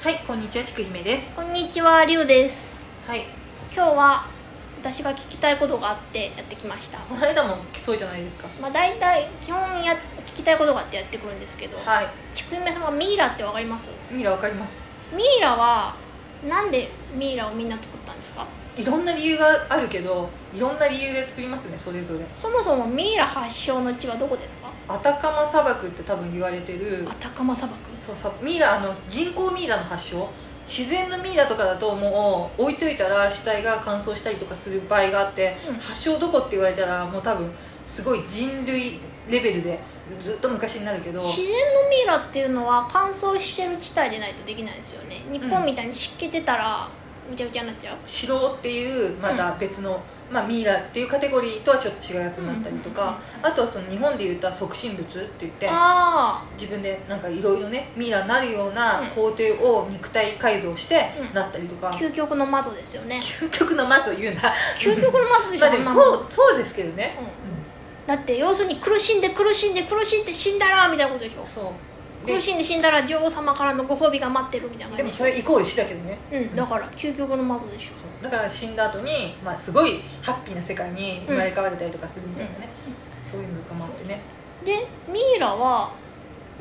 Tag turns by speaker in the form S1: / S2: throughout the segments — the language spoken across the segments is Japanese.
S1: はい、こんにちは、ちくひめです。
S2: こんにちは、りゅうです。
S1: はい、
S2: 今日は私が聞きたいことがあってやってきました。
S1: この間もそうじゃないですか。
S2: まあ大体基本や聞きたいことがあってやってくるんですけど、
S1: はい、
S2: ちくゆめさんはミイラってわかります？
S1: ミイラわかります。
S2: ミイラはなんでミイラをみんな作ったんですか？
S1: いろんな理由があるけど、いろんな理由で作りますね、それぞれ。
S2: そもそもミイラ発祥の地はどこですか？
S1: アタカマ砂漠って多分言われてる
S2: ア。タカマ砂漠。
S1: そうさ、ミイラ、あの人工ミイラの発祥。自然のミイラとかだともう置いといたら死体が乾燥したりとかする場合があって、
S2: うん
S1: 発祥どこって言われたらもう多分すごい人類レベルでずっと昔になるけど
S2: 自然のミイラっていうのは乾燥してる地帯でないとできないですよね。日本みたいに湿気出たらむちゃくちゃになっちゃう。
S1: 白っていうまた別の、まあ、ミイラっていうカテゴリーとはちょっと違うやつになったりとか、
S2: うんうんうんうん
S1: あとはその日本で言った促進物って言って
S2: あ
S1: 自分でなんかいろいろねミイラになるような
S2: うん
S1: 工程を肉体改造して
S2: うん
S1: なったりとか、
S2: あ、究極の魔女ですよね。
S1: 究極の松を言うな
S2: 究極の魔女で し
S1: ま
S2: ょ。
S1: あでも
S2: あんなの
S1: そうそうですけどね、
S2: うだって要するに苦しんで苦しんで苦しんで死んだらみたいなことでしょ
S1: そうで
S2: 苦しんで死んだら女王様からのご褒美が待ってるみたいな
S1: で
S2: 感
S1: も
S2: じ
S1: そ
S2: でしょ
S1: れイコール死だけどね
S2: うんだから究極の魔女でしょ
S1: そうだから死んだ後にまあ、すごいハッピーな世界に生まれ変われたりとかするみたいなね、そういうのとかもあってね
S2: でミイラは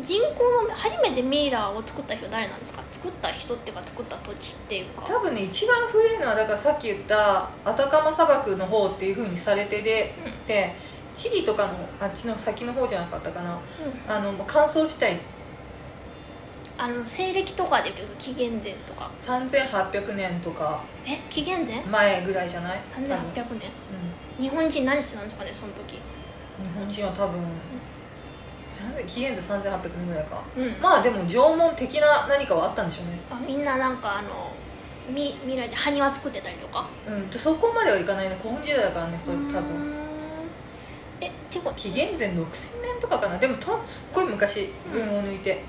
S2: 人工の初めてミイラを作った人誰なんですか作った人っていうか作った土地っていうか
S1: 多分ね一番古いのはだからさっき言ったアタカマ砂漠の方っていうふうにされてで
S2: うん
S1: でチリとかのあっちの先の方じゃなかったかな
S2: うん
S1: あの乾燥地帯
S2: あの西暦とかで言うと紀元前とか
S1: 3800年とか
S2: え紀元前
S1: 前ぐらいじゃない多分、うん、日
S2: ?3800 年日本人何してたんですかねその時
S1: 本人は多分3000紀元前3800年ぐらいか
S2: うん
S1: まあでも縄文的な何かはあったんでしょうね
S2: あみんななんかあのミミイラで埴輪作ってたりとか
S1: うんとそこまではいかないね古墳時代だからねそれ多分
S2: えてこ
S1: 紀元前6000年とかかなでもとすっごい昔群を抜いて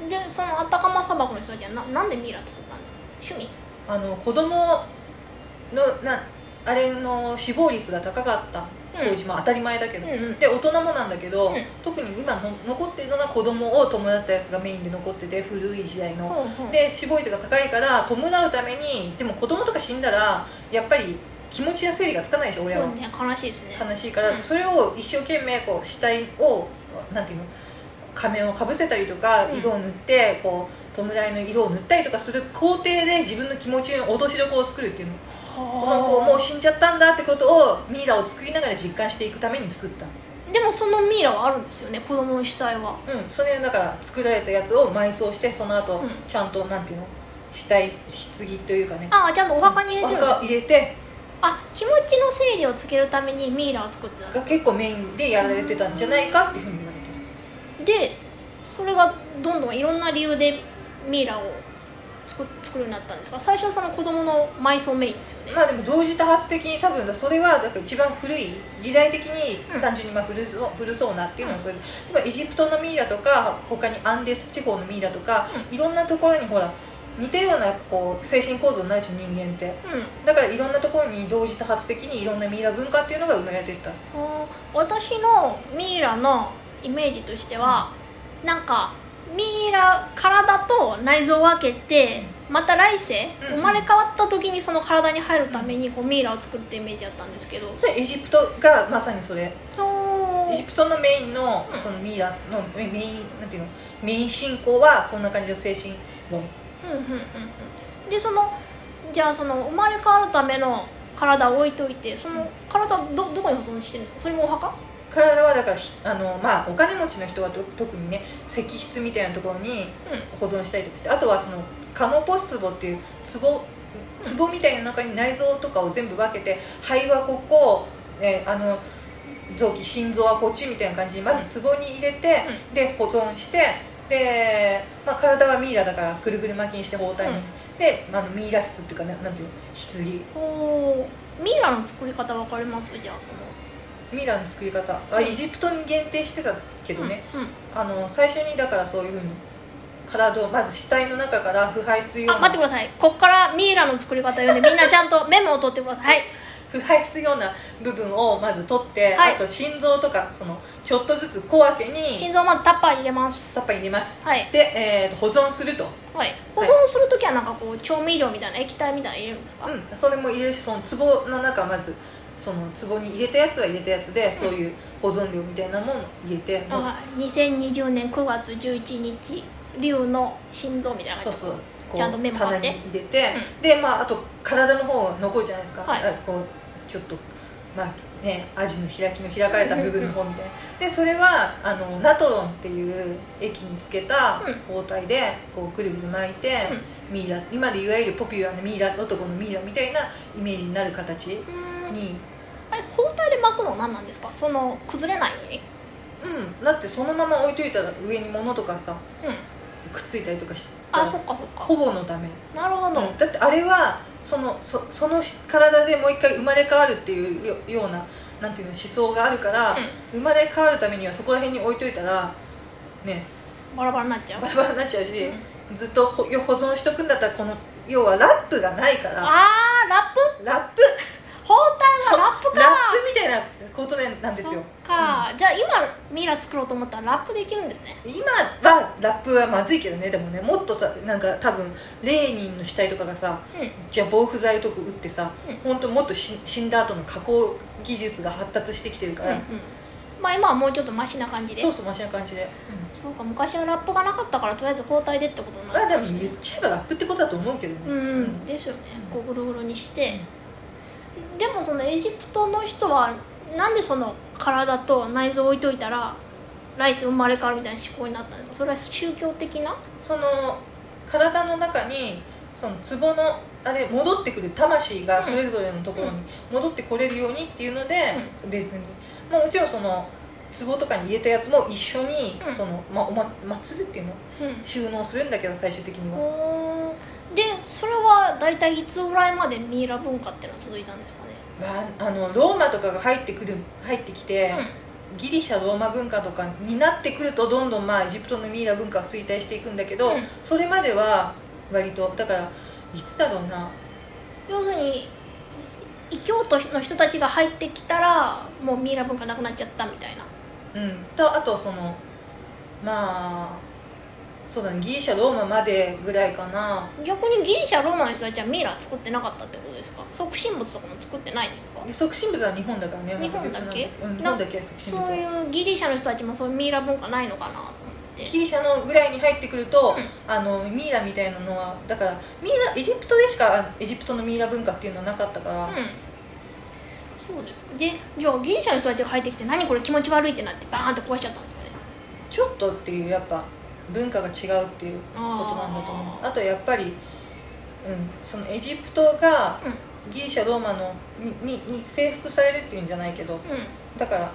S1: うん
S2: でそのアタカマ砂漠の人たちはななんでミイラ作ったんですか趣味
S1: あの子供のなあれの死亡率が高かった当時、まあ当たり前だけど、
S2: うんうん
S1: で大人もなんだけど、
S2: うん
S1: 特に今の残ってるのが子供を弔ったやつがメインで残ってて古い時代の、
S2: ほうほう
S1: で死亡率が高いから弔うためにでも子供とか死んだらやっぱり気持ちや整理がつかないでしょ親は、
S2: そうね悲しいですね
S1: 悲しいから、
S2: うん
S1: それを一生懸命こう死体をなんていうの仮面をかぶせたりとか
S2: うん
S1: 色を塗って、こう弔いの色を塗ったりとかする工程で自分の気持ちの脅しどころを作るっていうのこ
S2: こ
S1: の子もう死んじゃったんだってことをミイラを作りながら実感していくために作った
S2: でもそのミイラはあるんですよね子供の死体は
S1: うんそれだから作られたやつを埋葬してその後、
S2: うん
S1: ちゃんとなんていうの死体棺というかね
S2: ああちゃんとお墓に入れてる
S1: お
S2: の
S1: 墓入れて
S2: あ気持ちの整理をつけるためにミイラを作ってた
S1: が結構メインでやられてたんじゃないかっていうふうに言われてる
S2: でそれがどんどんいろんな理由でミイラを作作るようになったんですが最初はその子供の埋葬メインですよね
S1: まあでも同時多発的に多分それはだから一番古い時代的に
S2: うん
S1: 単純にまあ古そう古そうなっていうのはそれででもエジプトのミイラとか他にアンデス地方のミイラとかいろんなところにほら似たようなこう精神構造になるでしょ人間って
S2: うん
S1: だからいろんなところに同時多発的にいろんなミイラ文化っていうのが生まれていった
S2: あー私のミイラのイメージとしては、なんかミイラ体と内臓を分けてまた来世、
S1: うん
S2: 生まれ変わった時にその体に入るためにこうミイラを作るってイメージだったんですけど、
S1: それエジプトがまさにそれ
S2: お
S1: エジプトのメインのそのミイラのメインなんていうのメイン信仰はそんな感じの精神論
S2: うんうんうんうんでそのじゃあその生まれ変わるための体を置いといてその体どどこに保存してるんですかそれもお墓
S1: 体はだからひあの、まあ、お金持ちの人はと特にね石筆みたいなところに保存したりとかしてあとはそのカモポス壺っていう壺壺みたいな中に内臓とかを全部分けて肺はここ、えーあの臓器心臓はこっちみたいな感じにまず壺に入れて、で保存してで、まあ、体はミイラだからくるくる巻きにして包帯に、
S2: うん
S1: であのミイラ室っていうかねなんていうの棺
S2: うんおーミイラの作り方分かりますじゃあその
S1: ミイラの作り方あエジプトに限定してたけどね、
S2: うんうん
S1: あの最初にだからそういうふうに体をまず死体の中から腐敗するよ
S2: あ
S1: う
S2: 待って
S1: な
S2: くださいこっからミイラの作り方言うんでみんなちゃんとメモを取ってくださいはい
S1: 腐敗するような部分をまず取って、
S2: はい
S1: あと心臓とかそのちょっとずつ小分けに
S2: 心臓まずタッパー入れます
S1: さっぱり入れます、
S2: はい
S1: で、えーと保存すると、
S2: はい保存するときはなんかこう調味料みたいな液体みたいなの入れるんですか、
S1: うん、それも入れるしその壺の中まずその壺に入れたやつは入れたやつで、そういう保存料みたいなものを入れて、もう
S2: はい2020年9月11日龍の心臓みたいな
S1: そ
S2: 感
S1: う
S2: じ
S1: そうこう
S2: ちゃんとメモ貼っ
S1: 棚に
S2: て
S1: 入れて、でまああと体の方残るじゃないですか、
S2: はい
S1: あこうちょっとまあねアジの開きの開かれた部分の方みたいな、でそれはあのナトロンっていう液につけた
S2: うん
S1: 包帯でこうぐるぐる巻いて、ミイラ今でいわゆるポピュラーなミイラ男のミイラみたいなイメージになる形に
S2: うーんあれ包帯で巻くの何なんですかその崩れないように
S1: うんだってそのまま置いといたら上に物とかさ
S2: うん
S1: くっついたりとかした
S2: あ
S1: ら
S2: そっかそっか
S1: 保護のため
S2: なるほど、
S1: だってあれはそのそその体でもう一回生まれ変わるっていうよようななんていうの思想があるから、
S2: うん
S1: 生まれ変わるためにはそこら辺に置いといたらね
S2: バラバラになっちゃう
S1: バラバラになっちゃうし、
S2: うん
S1: ずっと保保存しとくんだったらこの要はラップがないから
S2: あーラップ
S1: ラップ
S2: 包帯がラップか
S1: ラップみたいなことねなんです
S2: そ
S1: よ
S2: っか、じゃあ今ミイラ作ろうと思ったらラップできるんですね
S1: うん今はラップはまずいけどねでもねもっとさなんか多分レーニンの死体とかがさ
S2: うん
S1: じゃあ防腐剤とか打ってさ、
S2: うん
S1: ほんともっとし死んだ後の加工技術が発達してきてるか
S2: うん
S1: ら、
S2: うんまあ今はもうちょっとマシな感じで
S1: そうそうマシな感じで、
S2: そうか昔はラップがなかったからとりあえず包帯でってことに
S1: ま
S2: な
S1: あ
S2: ん
S1: で
S2: で
S1: も
S2: す
S1: 言っちゃえばラップってことだと思うけどね
S2: うん、うん、ですよねこうぐるぐるにしてでもそのエジプトの人はなんでその体と内臓置いといたら来世生まれ変わるみたいな思考になったんですかそれは宗教的な
S1: その体の中にその壺のあれ戻ってくる魂がそれぞれのところに戻ってこれるようにっていうので、別に、まあ、もちろんその壺とかに入れたやつも一緒に、
S2: うん
S1: そのまあ、おま祭るっていうの
S2: うん
S1: 収納するんだけど最終的には
S2: おーでそれは大体いつぐらいまでミイラ文化ってのは続いたんですかね、
S1: まあ、あのローマとかが入ってくる入ってきて、ギリシャローマ文化とかになってくるとどんどんまあエジプトのミイラ文化は衰退していくんだけど、
S2: うん
S1: それまでは割とだからいつだろうな
S2: 要するに異教徒の人たちが入ってきたらもうミイラ文化なくなっちゃったみたいな
S1: うんとあとそのまあそうだねギリシャローマまでぐらいかな
S2: 逆にギリシャローマの人たちはミイラ作ってなかったってことですか促進物とかも作ってないんですか
S1: で促進物は日本だからね
S2: 日本だけ
S1: また別なうん、日本だけ促進物
S2: そう
S1: は
S2: いうギリシャの人たちもそういうミイラ文化ないのかなと思って
S1: ギリシャのぐらいに入ってくると、
S2: う
S1: あのミイラみたいなのはだからミイラエジプトでしかエジプトのミイラ文化っていうのはなかったから、
S2: うんそうですでじゃあギリシャの人たちが入ってきて何これ気持ち悪いってなってバーンって壊しちゃったんですかね
S1: ちょっとっていうやっぱ文化が違うっていうことなんだと思う
S2: あー
S1: あとやっぱり、うん、そのエジプトが
S2: うん
S1: ギリシャローマのににに征服されるっていうんじゃないけど
S2: うん
S1: だから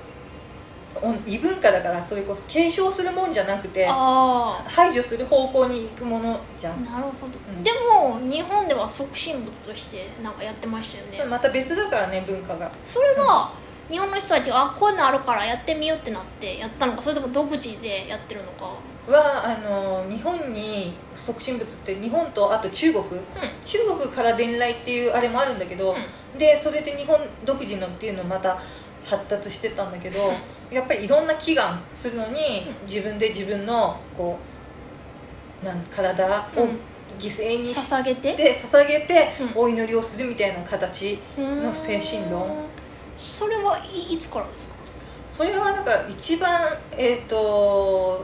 S1: お異文化だからそれこそ継承するもんじゃなくて
S2: あ
S1: 排除する方向に行くものじゃ
S2: あ
S1: ん、
S2: なるほど、
S1: うん
S2: でも日本では促進物としてなんかやってましたよね
S1: それまた別だからね文化が
S2: それが日本の人たちがあこういうのあるからやってみようってなってやったのかそれとも独自でやってるのか
S1: はあの日本に促進物って日本とあと中国
S2: う
S1: 中国から伝来っていうあれもあるんだけど、
S2: う
S1: でそれで日本独自のっていうのをまた発達してったんだけど、やっぱりいろんな祈願するのに、
S2: う
S1: 自分で自分のこうなん体
S2: う
S1: を
S2: ん
S1: 犠牲にし
S2: 捧げて
S1: て捧げて
S2: うん
S1: お祈りをするみたいな形、
S2: の
S1: の精神論
S2: それはいいつからですか、
S1: それはなんか一番えっ、と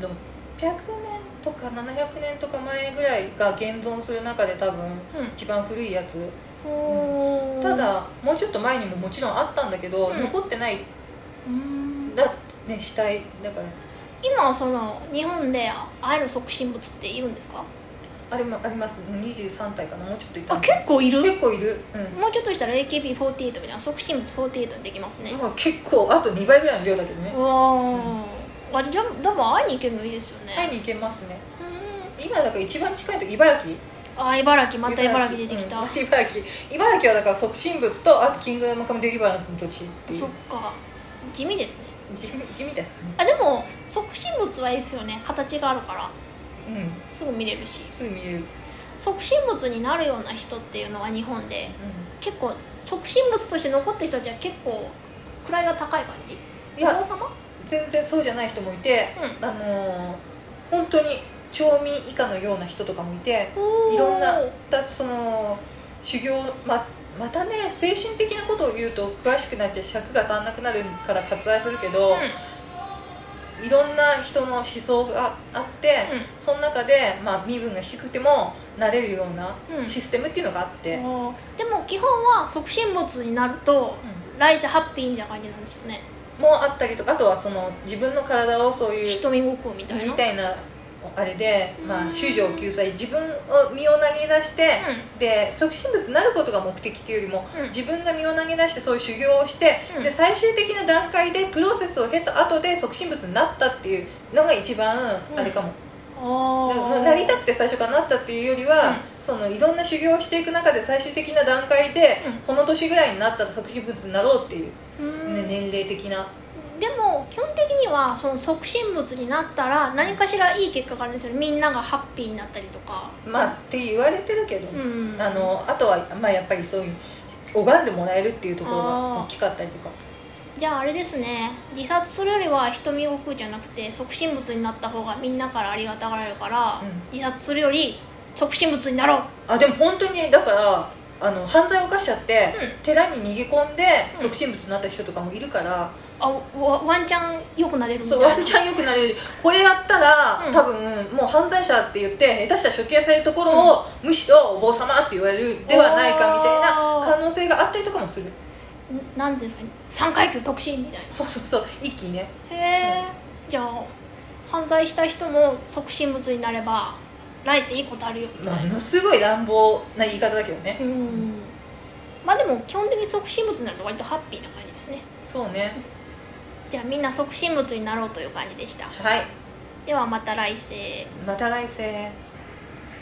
S2: う
S1: 600年とか700年とか前ぐらいが現存する中で多分
S2: うん
S1: 一番古いやつ、
S2: んほー
S1: ただもうちょっと前にももちろんあったんだけど、
S2: うん
S1: 残ってないう
S2: ーん
S1: だね死体だから
S2: 今その日本で会える促進物っているんですか
S1: あれもあります23体かなもうちょっといた
S2: あ結構いる
S1: 結構いるうん、
S2: もうちょっとしたら AKB48 みたいな促進物48できますね
S1: まあ、結構あと2倍ぐらいの量だけどね
S2: うわーあじゃあでも会いに行けるのいいですよね、
S1: 会いに行けますね
S2: うー
S1: 今だから一番近いと茨城
S2: んあ茨城また茨城出てきた、
S1: うん茨城茨城はだから促進物とあとキングダムカムデリバランスの土地っていう
S2: そっか地味ですね
S1: 地味地味だね
S2: あでも促進物はいいですよね形があるから
S1: うん
S2: すぐ見れるし
S1: すぐ見える、
S2: 促進物になるような人っていうのは日本で結構食品物として残ってる人たちは結構位が高い感じ
S1: い
S2: お
S1: や
S2: 父様
S1: 全然そうじゃない人もいて、
S2: う
S1: あのー本当に町民以下のような人とかもいて
S2: ん
S1: いろんな
S2: おー
S1: だその修行ままたね精神的なことを言うと詳しくなっちゃう尺が足んなくなるから割愛するけど、いろんな人の思想があって、
S2: う
S1: その中で、まあ、身分が低くてもなれるようなん
S2: うんうん
S1: システムっていうのがあって、うん
S2: おーでも基本は促進物になると来世ハッピーみたいな感じなんですよね
S1: もあったりとかあとはその自分の体をそういう
S2: 人見ごっこみたいな
S1: みたいなあれで、ま
S2: うん
S1: あ、主情救済自分を身を投げ出して、で促進物になることが目的っていうよりも、
S2: うん
S1: 自分が身を投げ出してそういう修行をして、
S2: うん
S1: で最終的な段階でプロセスを経た後で促進物になったっていうのが一番
S2: うん
S1: あれかも、
S2: うん
S1: だから
S2: あ
S1: な
S2: ー
S1: なりたくて最初からなったっていうよりは、
S2: うん
S1: そのいろんな修行をしていく中で最終的な段階で、
S2: うん
S1: この年ぐらいになったら促進物になろうっていう、
S2: うん
S1: ね、年齢的な
S2: でも基本的にはその促進物になったら何かしらいい結果があるんですよねみんながハッピーになったりとか
S1: まあって言われてるけど、
S2: うん
S1: あのあとは、まあ、やっぱりそういう拝んでもらえるっていうところが大きかったりとか
S2: じゃああれですね自殺するよりは人見ごくじゃなくて促進物になった方がみんなからありがたがられるから、
S1: うん
S2: 自殺するより促進物になろう
S1: あでも本当にだからあの犯罪を犯しちゃって、
S2: うん
S1: 寺に逃げ込んで
S2: うん
S1: 促進物になった人とかもいるから、
S2: あわワンチャン良くなれるみ
S1: そ
S2: たいうな
S1: ワンチャン良くなれるこれやったら、
S2: うん
S1: 多分もう犯罪者って言って下手したら処刑されるところを、むしろお坊様って言われるではないかみたい
S2: お
S1: な
S2: ー
S1: 可能性があったりとかもする
S2: んなんですかね3階級特進みたい
S1: そうそうそう一気にね
S2: なへえ、じゃあ犯罪した人も促進物になれば来世いいことあるよみ
S1: も
S2: たいな、
S1: のすごい乱暴な言い方だけどね、
S2: うんまあでも基本的に促進物になると割とハッピーな感じですね
S1: そうね
S2: じゃあみんな促進物になろうという感じでした
S1: はい
S2: ではまた来世
S1: また来世